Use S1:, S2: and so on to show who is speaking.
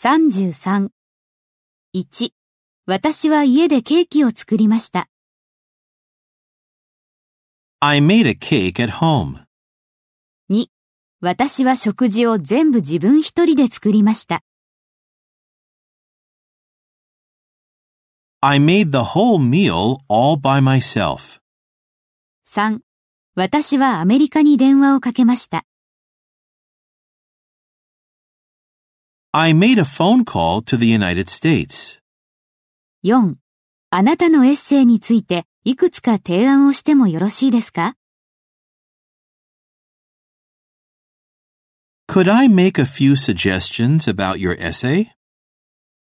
S1: 33。1. 私は家でケーキを作りました。
S2: I made a cake at home.
S1: 2. 私は食事を全部自分一人で作りました。
S2: I made the whole meal all by myself.
S1: 3. 私はアメリカに電話をかけました。
S2: I made a phone call to the United States.
S1: 4. あなたのエッセイについていくつか提案をしてもよろしいですか
S2: Could I make a few suggestions about your essay?